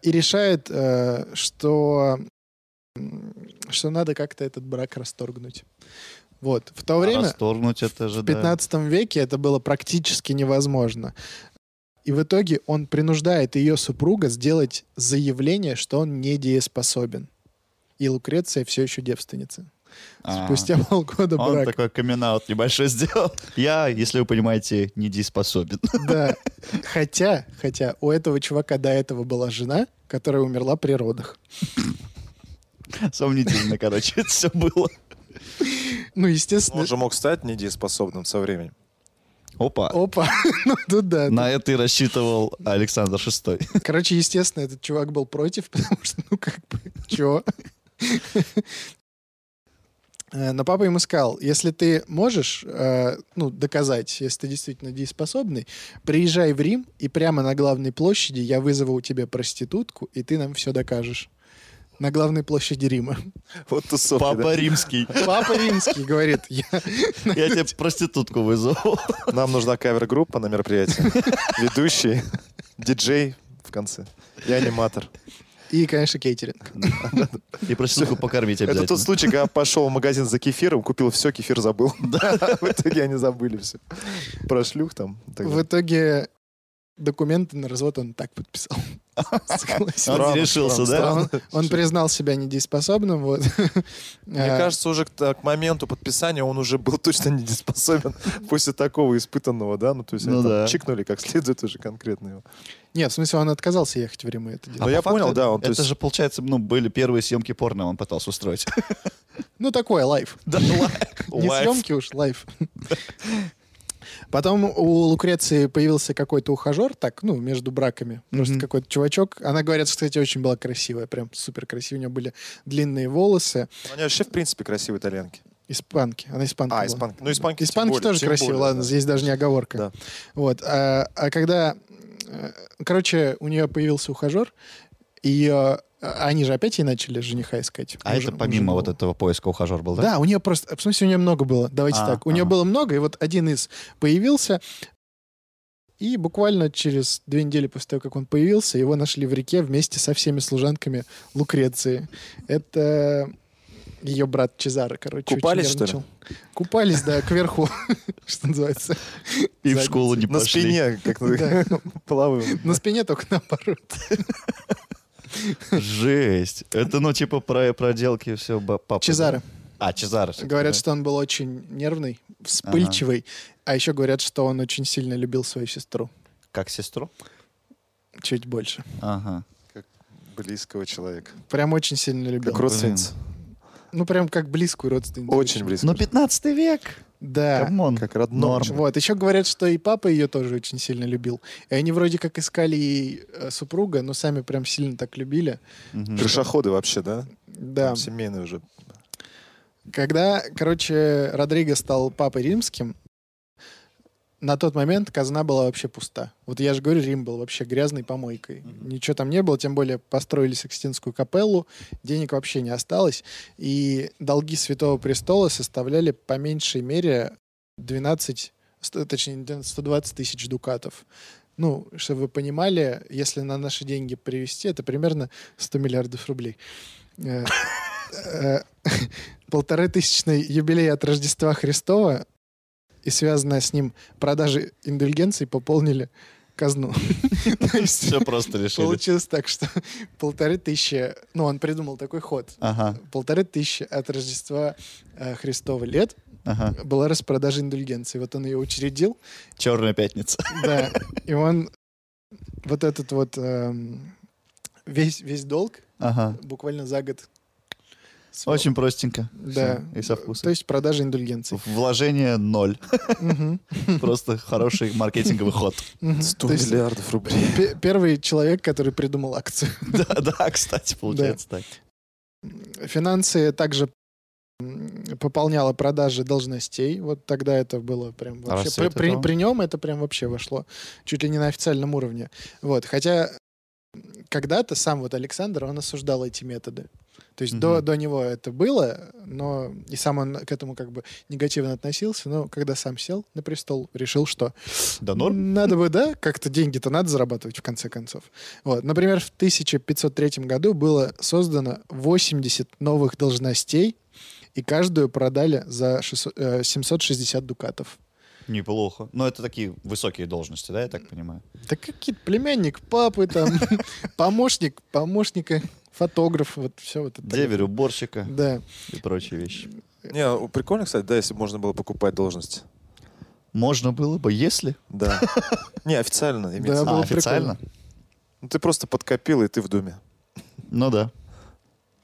и решает, э, что, м, что надо как-то этот брак расторгнуть. Вот. В то А время, Расторгнуть это же, в да. 15 веке, это было практически невозможно. И в итоге он принуждает ее супруга сделать заявление, что он недееспособен. И Лукреция все еще девственница. А. Спустя полгода Он брак. такой камин небольшой сделал. Я, если вы понимаете, недееспособен. Да. Хотя, хотя у этого чувака до этого была жена, которая умерла при родах. Сомнительно, короче, это все было. Ну, естественно... Он же мог стать недееспособным со временем. Опа. Опа, ну тут да. На это и рассчитывал Александр Шестой. Короче, естественно, этот чувак был против, потому что, ну как бы, чё? Э, Но папа ему сказал, если ты можешь э, ну, доказать, если ты действительно дееспособный, приезжай в Рим, и прямо на главной площади я вызову у тебя проститутку, и ты нам все докажешь. На главной площади Рима. Вот тусовки, Папа Римский. Папа Римский говорит, я Я тебе проститутку вызову. да? Нам нужна кавер-группа на мероприятии. Ведущий, диджей в конце и аниматор. И, конечно, кейтеринг. И проститутку покормить Это обязательно. тот случай, когда пошел в магазин за кефиром, купил все, кефир забыл. В итоге они забыли все. Про шлюх там. и так В итоге документы на развод он так подписал. Согласен. Он Странно, не решился, странно, да? Он, он признал себя недееспособным. Вот. Мне А, кажется, уже к, та- к моменту подписания он уже был точно недееспособен после такого испытанного, да? Ну, то есть они Ну там да. чикнули как следует уже конкретно его. Нет, в смысле, он отказался ехать в Рим и это делать. Ну, я А по факту понял, да, он, то Это есть- же, получается, ну, были первые съемки порно, он пытался устроить. Ну, такое, лайф. Да, ла- Не лайф. съемки уж, лайф. Потом у Лукреции появился какой-то ухажер, так, ну, между браками. Просто Мгм. какой-то чувачок. Она, говорят, что, кстати, очень была красивая, прям супер красивая. У нее были длинные волосы. Ну, Они вообще, в принципе, красивые итальянки. Испанки. Она испанка А, была. испанки. Ну, испанки тем Испанки более, тоже тем красивые, более, ладно, да. здесь даже не оговорка. Да. Вот. А, а когда, э, короче, у нее появился ухажер, и э, они же опять ей начали жениха искать. А мужа- это помимо мужа вот нового. этого поиска ухажер был, да? Да, у нее просто, в смысле, у нее много было. Давайте А, так. У нее ага. было много, и вот один из появился. И буквально через две недели после того, как он появился, его нашли в реке вместе со всеми служанками Лукреции. Это ее брат Чезаро, короче. Купались, очень что ли? нервничал. Купались, да, кверху, что называется. И в задницы. школу не На пошли. спине, как Да. плаваем. На спине только наоборот. Жесть. Это, ну, типа, про проделки все папа. Чезаро. А, Чезаро. всё-таки, Говорят, да. что он был очень нервный, вспыльчивый. А еще говорят, что он очень сильно любил свою сестру. Как сестру? Чуть больше. Ага. Близкого человека. Прям очень сильно любил. Как родственница. Ну, прям как близкую родственницу. Очень близко. Ну, 15 век. Да. Ну, Камон. Как родной. Норм. Вот, еще говорят, что и папа ее тоже очень сильно любил. И они вроде как искали ей э, супруга, но сами прям сильно так любили. Мгм. Крышоходы вообще, да? Да. Там Семейные уже. Когда, короче, Родриго стал папой римским, на тот момент казна была вообще пуста. Вот я же говорю, Рим был вообще грязной помойкой. Ничего там не было, тем более построили Сикстинскую капеллу, денег вообще не осталось. И долги Святого Престола составляли по меньшей мере 12, сто- точнее, не 12, 120 тысяч дукатов. Ну, чтобы вы понимали, если на наши деньги привести, это примерно 100 миллиардов рублей. Э, э, полторытысячный юбилей от Рождества Христова и связанная с ним продажи индульгенций пополнили казну. То есть Все просто решили. получилось так, что полторы тысячи... Ну, он придумал такой ход. Ага, Полторы тысячи от Рождества э, Христова лет ага. была распродажа индульгенций. Вот он ее учредил, Черная пятница. да, и он вот этот вот эм, весь, весь долг Ага. буквально за год. свел. Очень простенько. Да. Всё, И со То вкусом. есть продажа индульгенций. Вложение ноль. Мгм. Просто хороший маркетинговый ход. Мгм. Сто То есть миллиардов рублей. пе- Первый человек, который придумал акцию. Да, да, кстати, получается так. Финансы также м, пополняла продажи должностей. Вот тогда это было прям вообще... При, Расцвет при- этого. при нем это прям вообще вошло чуть ли не на официальном уровне. Вот. Хотя м, когда-то сам вот Александр, он осуждал эти методы. То есть до, Мгм. до него это было, но и сам он к этому как бы негативно относился, но когда сам сел на престол, решил, что Да норм? Надо бы, да, как-то деньги-то надо зарабатывать в конце концов. Вот. Например, в 1503 году было создано 80 новых должностей, и каждую продали за 600, э, 760 дукатов. Неплохо. Но это такие высокие должности, да, я так понимаю? Да какие-то племянник папы там, помощник, помощника, фотограф, вот все вот это. Деверь, уборщика Да. и прочие вещи. Не, ну, прикольно, кстати, да, если бы можно было покупать должность. Можно было бы, если... Да. Не, официально имеется. в Да, виду. было А, бы официально? Ну, Ты просто подкопил, и ты в Думе. Ну да.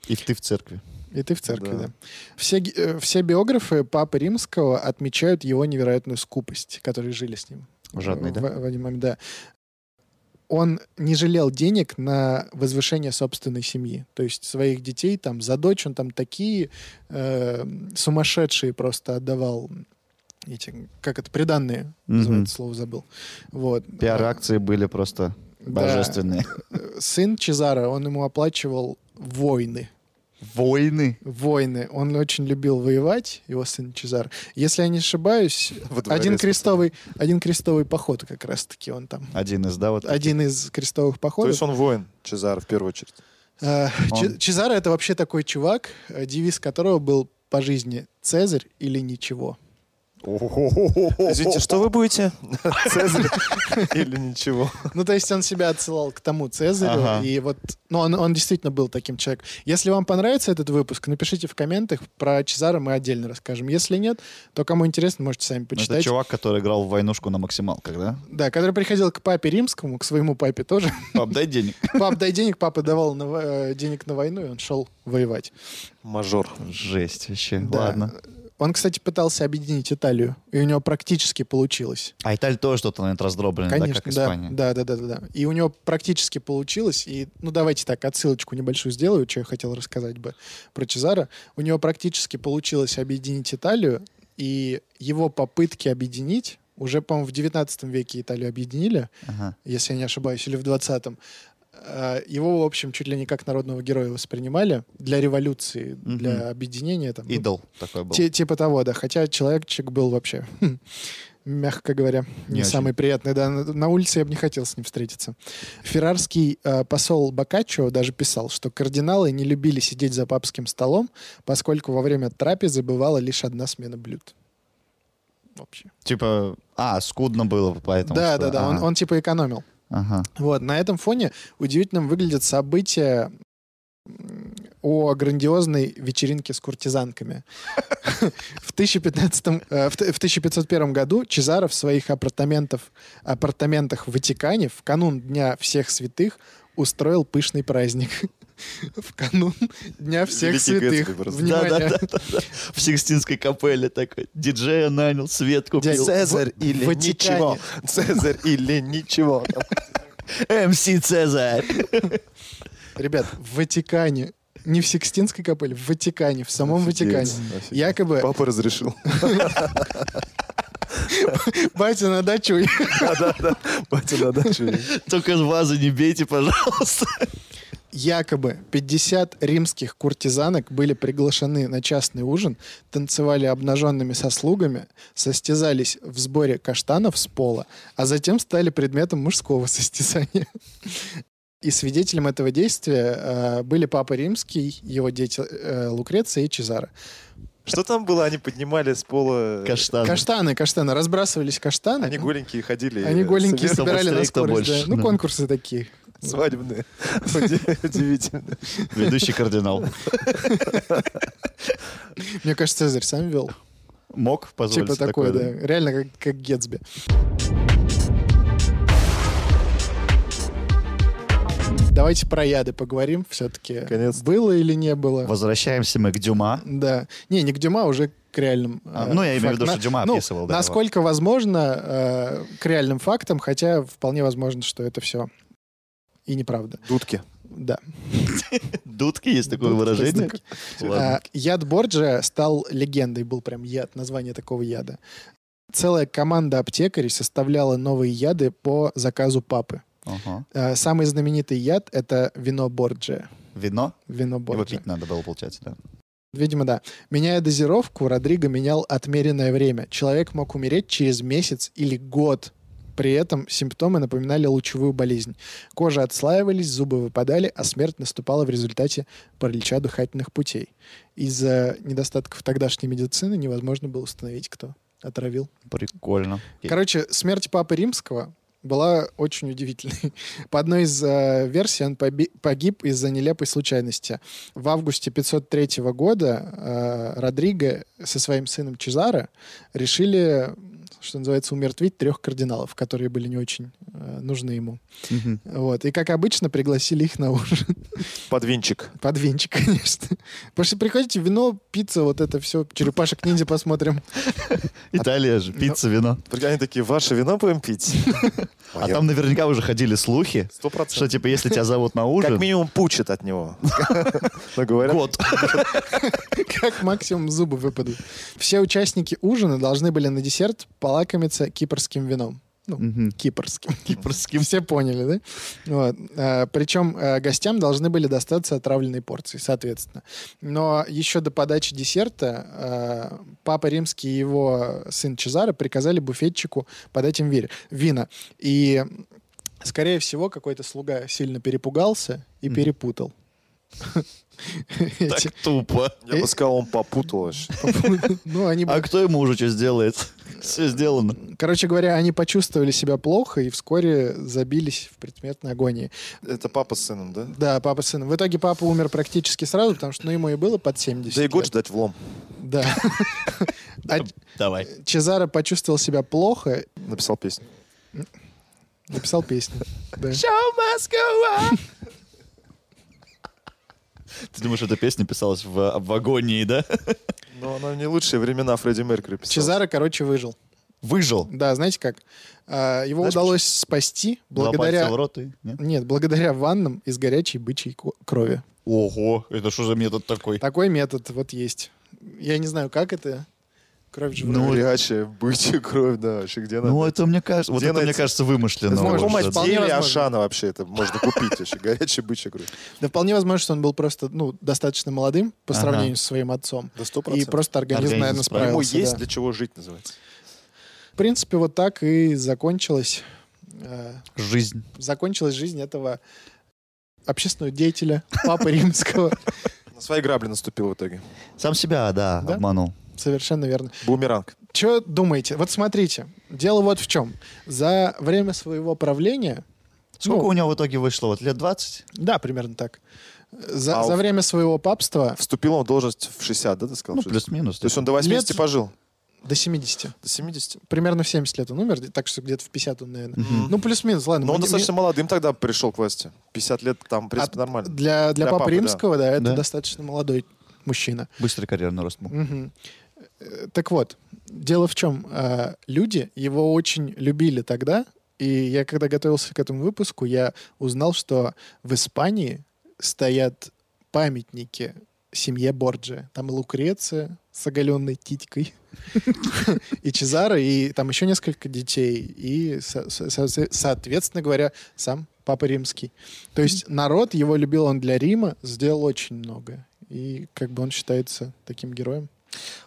И ты в церкви. И ты в церкви, Да. да. Все, ги- э, все биографы Папы Римского отмечают его невероятную скупость, которые жили с ним. Жадный, В- да? в один момент, да. Он не жалел денег на возвышение собственной семьи. То есть своих детей там за дочь он там такие э, сумасшедшие просто отдавал эти, как это, приданные, Мгм. называется, слово забыл. Вот. Пиар-акции были просто Да. божественные. Э, Сын Чезаро, он ему оплачивал войны. Войны. войны. Он очень любил воевать, его сын Чезар. Если я не ошибаюсь, Во дворе один с- крестовый, один крестовый поход как раз-таки он там. Один из, да, вот. Один из крестовых То походов. есть он воин, Чезар, в первую очередь. Э, Че- он- Чезаро это вообще такой чувак, э, девиз которого был по жизни «Цезарь или ничего». Извините, что вы будете? Цезарь или ничего? Ну, то есть он себя отсылал к тому Цезарю, Ага. и вот, ну, он, он действительно был таким человеком. Если вам понравится этот выпуск, напишите в комментах, про Чезаро мы отдельно расскажем. Если нет, то кому интересно, можете сами Это почитать. чувак, который играл в войнушку на максималках, да? Да, который приходил к папе римскому, к своему папе тоже. Пап, дай денег. Пап, дай денег, папа давал на во- э, денег на войну, и он шел воевать. Мажор. Жесть вообще. Да. Ладно. Он, кстати, пытался объединить Италию, и у него практически получилось. А Италия тоже что-то, наверное, раздробленная, да, Конечно, как Испания. да, да, да, да, да. И у него практически получилось. И, ну, давайте так, отсылочку небольшую сделаю, что я хотел рассказать бы про Чезаро. У него практически получилось объединить Италию, и его попытки объединить уже, по-моему, в 19 веке Италию объединили, Ага. если я не ошибаюсь, или в 20-м. Э, Его, в общем, чуть ли не как народного героя воспринимали для революции, Мгм. для объединения. Там, ну, Идол такой был. те- типа того, да. Хотя человечек был вообще, хм, мягко говоря, не, Не очень. самый приятный. Да. На, на улице я бы не хотел с ним встретиться. Феррарский э, посол Бокаччо даже писал, что кардиналы не любили сидеть за папским столом, поскольку во время трапезы бывала лишь одна смена блюд. Вообще. Типа, а, скудно было, поэтому... Да, что- да, да. Он, ага. он типа экономил. Ага. Вот, на этом фоне удивительным выглядят события м, о грандиозной вечеринке с куртизанками. В 1015 э, в т- в 1501 году Чезаро в своих апартаментов- апартаментах в Ватикане в канун Дня всех святых устроил пышный праздник. В канун Дня всех Великий Гэтсби святых. просто. Внимание. Да, да, да, да, да. В Сикстинской капелле такой. Диджея нанял, свет купил. Дядя- Э, Цезарь в- или в Ватикане. ничего? Цезарь или ничего? МС Цезарь. Ребят, в Ватикане. Не в Сикстинской капелле, в Ватикане, в самом Ватикане. Офигеть. Якобы Папа разрешил. батя на дачу Да-да-да. Батя на даче. Только с вазы не бейте, пожалуйста. Якобы 50 римских куртизанок были приглашены на частный ужин, танцевали обнаженными со слугами, состязались в сборе каштанов с пола, а затем стали предметом мужского состязания. И свидетелем этого действия э, были папа римский, его дети э, Лукреция и Чезаро. Что там было? Они поднимали с пола... э, Каштан. Каштаны, каштаны, разбрасывались каштаны. Они голенькие ходили. э, Они голенькие Кто собирали на быстрее, кто скорость. больше, да. Ну, да. конкурсы такие. Свадебные. Удивительно. Ведущий кардинал. Мне кажется, Цезарь сам вел. Мог позволить Типа себе такое, да. да? Реально как, как Гетсби. Давайте про яды поговорим все-таки. Наконец-то. Было или не было? Возвращаемся мы к Дюма. Да. Не, не к Дюма, уже к реальным А, э, ну, я фак- имею в виду, что на- Дюма ну, описывал, да, его. Насколько возможно, э, к реальным фактам, хотя вполне возможно, что это все и неправда. Дудки. Да. Дудки есть такое Дудки, выражение. дудки. Ладно. А, Яд Борджа стал легендой, был прям яд, название такого яда. Целая команда аптекарей составляла новые яды по заказу папы. Ага. Э, Самый знаменитый яд — это вино Борджия. Вино. Вино Его Борджия. пить надо было, получается, да. Видимо, да. Меняя дозировку, Родриго менял отмеренное время. Человек мог умереть через месяц или год. При этом симптомы напоминали лучевую болезнь. Кожа отслаивались, зубы выпадали, а смерть наступала в результате паралича дыхательных путей. Из-за недостатков тогдашней медицины невозможно было установить, кто Отравил. Прикольно. Окей. Короче, смерть Папы Римского была очень удивительной. По одной из э, версий он поби- погиб из-за нелепой случайности. В августе 503 года э, Родриго со своим сыном Чезаро решили, что называется, умертвить трех кардиналов, которые были не очень э, нужны ему. Мгм. Вот. И, как обычно, пригласили их на ужин. Подвинчик. Под венчик, конечно. Потому что приходите, вино, пицца, вот это все. Черепашек ниндзя посмотрим. а Италия ну, же, пицца, вино. Прикинь, Они такие, ваше вино будем пить? А там наверняка уже ходили слухи, сто что процентов. типа если тебя зовут на Как ужин, минимум пучит от него. Но говорят, год. Как максимум зубы выпадут. Все участники ужина должны были на десерт полакомиться кипрским вином. Ну, Мгм. кипрским. Кипрским. Все поняли, да? Вот. А, Причем а, гостям должны были достаться отравленные порции, соответственно. Но еще до подачи десерта а, папа римский и его сын Чезаро приказали буфетчику подать им вир- вина. И, скорее всего, какой-то слуга сильно перепугался и Мгм. перепутал. Эти- Так тупо. я бы сказал, он попутал вообще. Ну, они бы- А кто ему уже что сделает? Все сделано. Короче говоря, они почувствовали себя плохо и вскоре забились в предметной агонии. Это папа с сыном, да? Да, папа с сыном. В итоге папа умер практически сразу, потому что ну, ему и было под 70 Да и год лет. ждать влом. Да. А Давай. Чезаро почувствовал себя плохо, Написал песню. написал песню. Да. Ты думаешь, эта песня писалась в, в агонии, да? Но она в не лучшие времена Фредди Меркьюри писал. Чезаро, короче, выжил. Выжил. Да, знаете как? А, Его Знаешь, удалось спасти Два благодаря... пальца в рот и... нет? Нет, благодаря ваннам из горячей бычьей ко- крови. Ого, это что за метод такой? Такой метод вот есть. Я не знаю, как это. Кровь же Ну, вроде- Горячая, бычья кровь, да, вообще где надо. Ну, это мне кажется, вот Где это, мне найти? кажется, вымышленно. Это в может, каком быть, уже, да. ну, вполне отделе возможно. Ашана вообще это можно купить вообще? Горячая бычья кровь. Да вполне возможно, что он был просто, ну, достаточно молодым по Ага. сравнению со своим отцом. Да сто И процентов. просто организм, Организм наверное, справился. справился. Ему есть да. для чего жить, называется. В принципе, вот так и закончилась, э, Жизнь. закончилась жизнь этого общественного деятеля, папы римского. На свои грабли наступил в итоге. Сам себя, да, Да? обманул. Совершенно верно. Бумеранг. Че думаете? Вот смотрите, дело вот в чем. За время своего правления, Сколько Ну. у него в итоге вышло? Вот лет 20? да, примерно так, за, А за в- время своего папства Вступил он в должность в 60, да, ты сказал? Ну, 60? плюс-минус. То есть он до 80 Лет- пожил? до 70, До 70. примерно в 70 лет он умер, так что где-то в 50 он, наверное. Мгм. Ну, плюс-минус, ладно. Но он мы- достаточно молодым тогда пришел к власти. 50 лет там, в принципе, А нормально. Для, для, Для папы, папы, да. римского, да, это Да. достаточно молодой мужчина. Быстрый карьерный рост был. Мгм. Э, Так вот, дело в чем. э, Люди его очень любили тогда, и я, когда готовился к этому выпуску, я узнал, что в Испании стоят памятники семье Борджи. Там и Лукреция с оголенной титькой, и Чезаро, и там еще несколько детей, и, со- со- со- соответственно говоря, сам Папа Римский. То есть народ, его любил он для Рима, сделал очень много. И как бы он считается таким героем.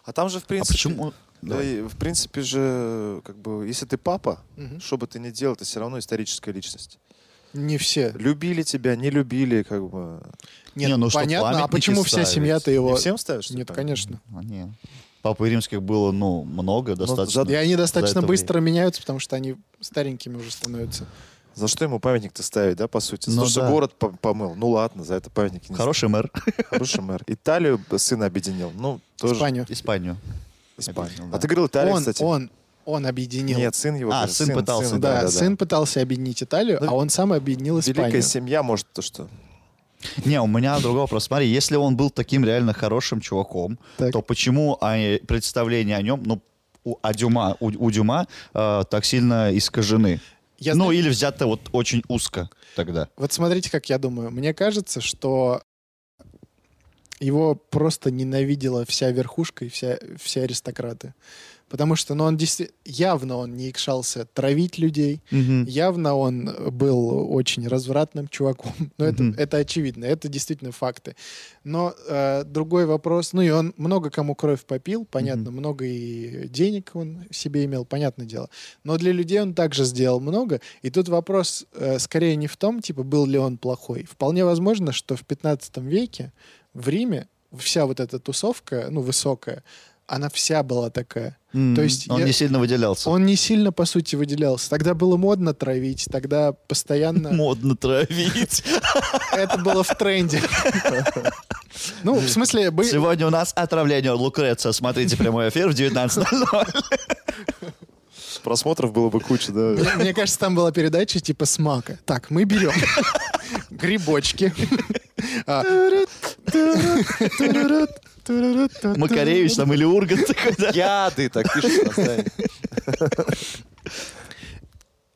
А там же, в А принципе... почему... Да, Давай. и в принципе же, как бы, если ты папа, что бы ты ни делал, ты все равно историческая личность. Не все. Любили тебя, не любили, как бы. Нет, Не, ну что, понятно, а памятники почему вся ставить? семья-то его... Не всем ставишь? что ли, Нет, памятник? конечно. А, не. Папы римских было, ну, много, достаточно. И они достаточно это быстро меняются, потому что они старенькими уже становятся. За что ему памятник-то ставить, да, по сути? За Ну то, что да. город по- помыл. Ну ладно, за это памятник не Хороший мэр. ставь. Хороший мэр. Италию бы сын объединил. Ну, тоже Испанию. Испанию. Испанию. Объединил, да. А ты говорил Италия, он, кстати. он, он объединил. Нет, сын его. А, говорю, сын пытался, да, да, да, да. сын пытался объединить Италию, Ну, а он сам объединил Испанию. Великая семья, может, то что. Не, у меня другой вопрос. Смотри, если он был таким реально хорошим чуваком, Так. то почему а, представления о нем, ну, у, о Дюма, у, у Дюма э, так сильно искажены? Я ну, знаю- или взято вот очень узко тогда. Вот смотрите, как я думаю. Мне кажется, что его просто ненавидела вся верхушка и вся, все аристократы. Потому что, ну, он действи- явно он не икшался травить людей, явно он был очень развратным чуваком. Но это, Мгм. это очевидно, это действительно факты. Но э, другой вопрос, ну и он много кому кровь попил, понятно, Мгм. много и денег он себе имел, понятное дело. Но для людей он также сделал много. И тут вопрос э, скорее не в том, типа, был ли он плохой. Вполне возможно, что в 15 веке в Риме вся вот эта тусовка, ну, высокая, она вся была такая. М, То есть он я- не сильно выделялся. Он не сильно, по сути, выделялся. Тогда было модно травить, тогда постоянно... Модно травить. Это было в тренде. Ну, в смысле, бы- Сегодня у нас отравление Лукреция. Смотрите прямой эфир в 19.00. Просмотров было бы куча, мне да. мне кажется, там была передача типа «Смака». Так, мы берем грибочки. А, Макаревич там или Ургант такой, да? Яды, так пишут на здании.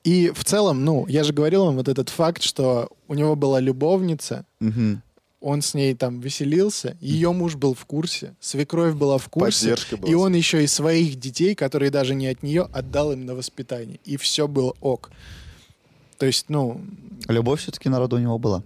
И в целом, ну, я же говорил вам вот этот факт, что у него была любовница, Мгм. он с ней там веселился, ее муж был в курсе, свекровь была в курсе, Поддержка была. и он еще и своих детей, которые даже не от нее, отдал им на воспитание, и все было ок. То есть, ну, Любовь все-таки народу у него была.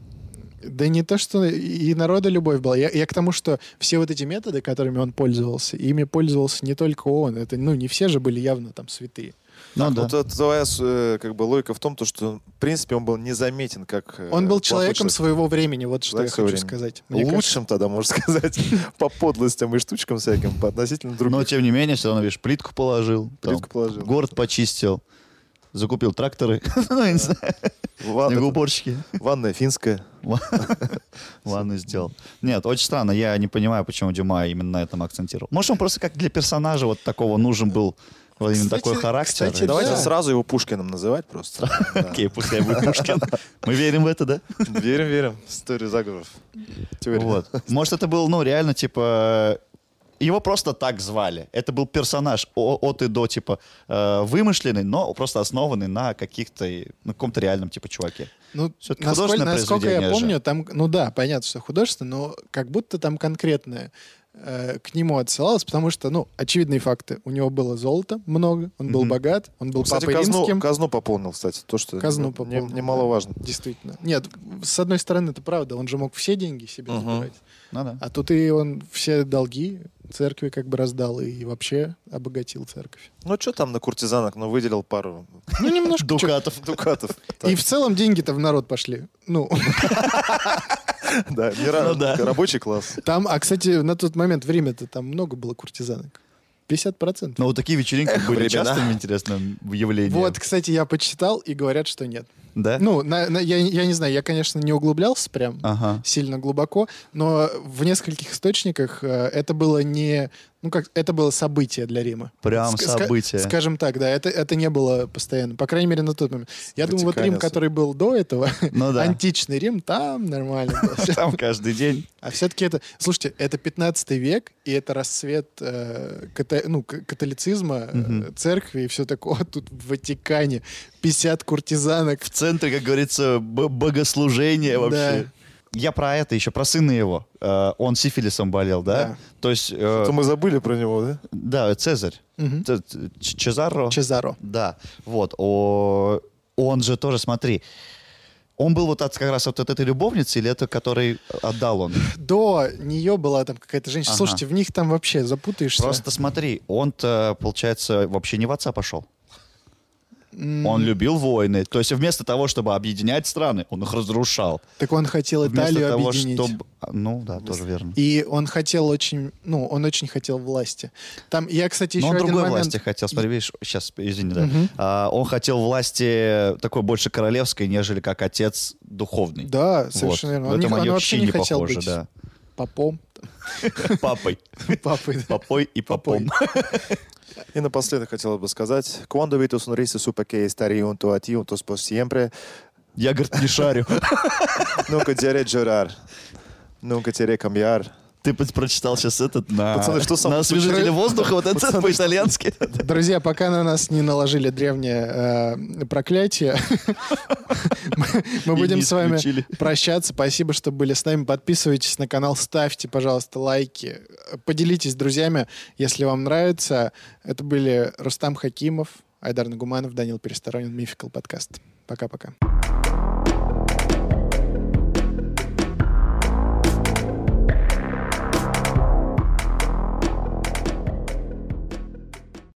да не то, что и народа любовь была. Я, я к тому, что все вот эти методы, которыми он пользовался, ими пользовался не только он. Это, ну, не все же были явно там святые. Ну Ну, да. т- твоя э, как бы логика в том, то, что, в принципе, он был незаметен, как... э, Он был плохой человеком человек. своего времени, вот что я Человек хочу своего времени. сказать. Мне кажется. Лучшим тогда, можно сказать, по подлостям и штучкам всяким, по относительно Но других. тем не менее, все равно, видишь, плитку положил. там, Плитку положил. Город почистил. Закупил тракторы. Ну, я не знаю, Ва- снегоуборщики. Ванная финская. Ладно, сделал. Нет, очень странно. Я не понимаю, почему Дюма именно на этом акцентировал. Может, он просто как для персонажа вот такого нужен был вот именно Кстати, такой характер. кстати, Давайте да. сразу его Пушкиным называть просто. Да. Окей, пускай будет Пушкин. Мы верим в это, да? Верим, верим. История заговоров. Теория. Вот. Может, это был, ну, реально, типа... Его просто так звали. Это был персонаж о- от и до, типа, э, вымышленный, но просто основанный на каких-то, на каком-то реальном, типа, чуваке. Ну, Всё-таки насколько, художественное насколько я произведение же. помню, там, ну да, понятно, что художественно, но как будто там конкретное э, к нему отсылалось, потому что, ну, очевидные факты. У него было золото много, он был Мгм. богат, он был Ну, Кстати, папой казну, римским. казну пополнил, кстати. То, что Казну не- пополнил, да. Немаловажно. Действительно. Нет, с одной стороны, это правда, он же мог все деньги себе Мгм. забирать. Ну да. А тут и он все долги церкви как бы раздал и вообще обогатил церковь. Ну, что там на куртизанок? Ну, выделил пару Так, Ну, немножко. Дукатов. дукатов. И в целом деньги-то в народ пошли. Ну, Да, не ра- Ну да. рабочий класс. там, а, кстати, на тот момент время-то там много было куртизанок. 50%. Но Ну, вот такие вечеринки были времена. частым интересным явлением. Вот, кстати, я почитал и говорят, что нет. Да? Ну, на- на- я, я не знаю, я, конечно, не углублялся прям Ага. сильно глубоко, но в нескольких источниках э, это было не, ну как, это было событие для Рима. Прям Ска- ска- событие. Скажем так, да, это, это не было постоянно, по крайней мере, на тот момент. Я думаю, вот Рим, Ватикане который был до этого, Ну да. античный Рим, там нормально было. Там каждый день. А все-таки это, слушайте, это 15 век, и это рассвет э, ката- ну, к- католицизма, э, Мгм. церкви и все такое. Тут в Ватикане 50 куртизанок. В центре, как говорится, б- богослужение вообще. Я про это еще, про сына его. Э, он сифилисом болел, да? Да. То есть, э, То мы забыли про него, да? да, Цезарь. Мгм. Ц- Ч- Чезаро. Чезаро. Да, вот. О, он же тоже, смотри, он был вот от как раз вот от этой любовницы или это, который отдал он? До нее была там какая-то женщина. Ага. Слушайте, в них там вообще запутаешься. Просто смотри, он-то, получается, вообще не в отца пошел. М, Он любил войны. То есть вместо того, чтобы объединять страны, он их разрушал. Так он хотел Вместо Италию того, объединить. чтоб- а, Ну да, тоже верно. И он хотел очень, ну, он очень хотел власти. Там, я, кстати, еще Но Ну, он один другой момент... власти хотел, смотри, видишь, сейчас, извини, да. Мгм. А, он хотел власти такой больше королевской, нежели как отец духовный. Да, Вот. совершенно верно. В Он, не- этом он они вообще вообще не не хотел похожи, быть да. попом, Папой. папой. да. Попой и попом. И напоследок хотел бы сказать. Cuando vi tus sonrisas supe que estaría junto a ti, juntos por siempre. Я, говорит, не шарю. Nunca diré llorar. Nunca te cambiar. Ты пос- прочитал сейчас этот на... Пацаны, что со На мной освежителе случилось? воздуха, вот это Пацаны, по-итальянски. Друзья, пока на нас не наложили древнее э, проклятие, мы- мы И будем не с вами исключили. прощаться. Спасибо, что были с нами. Подписывайтесь на канал, ставьте, пожалуйста, лайки. Э, Поделитесь с друзьями, если вам нравится. Это были Рустам Хакимов, Айдар Нагуманов, Данил Пересторонин, Мификал подкаст. Пока-пока.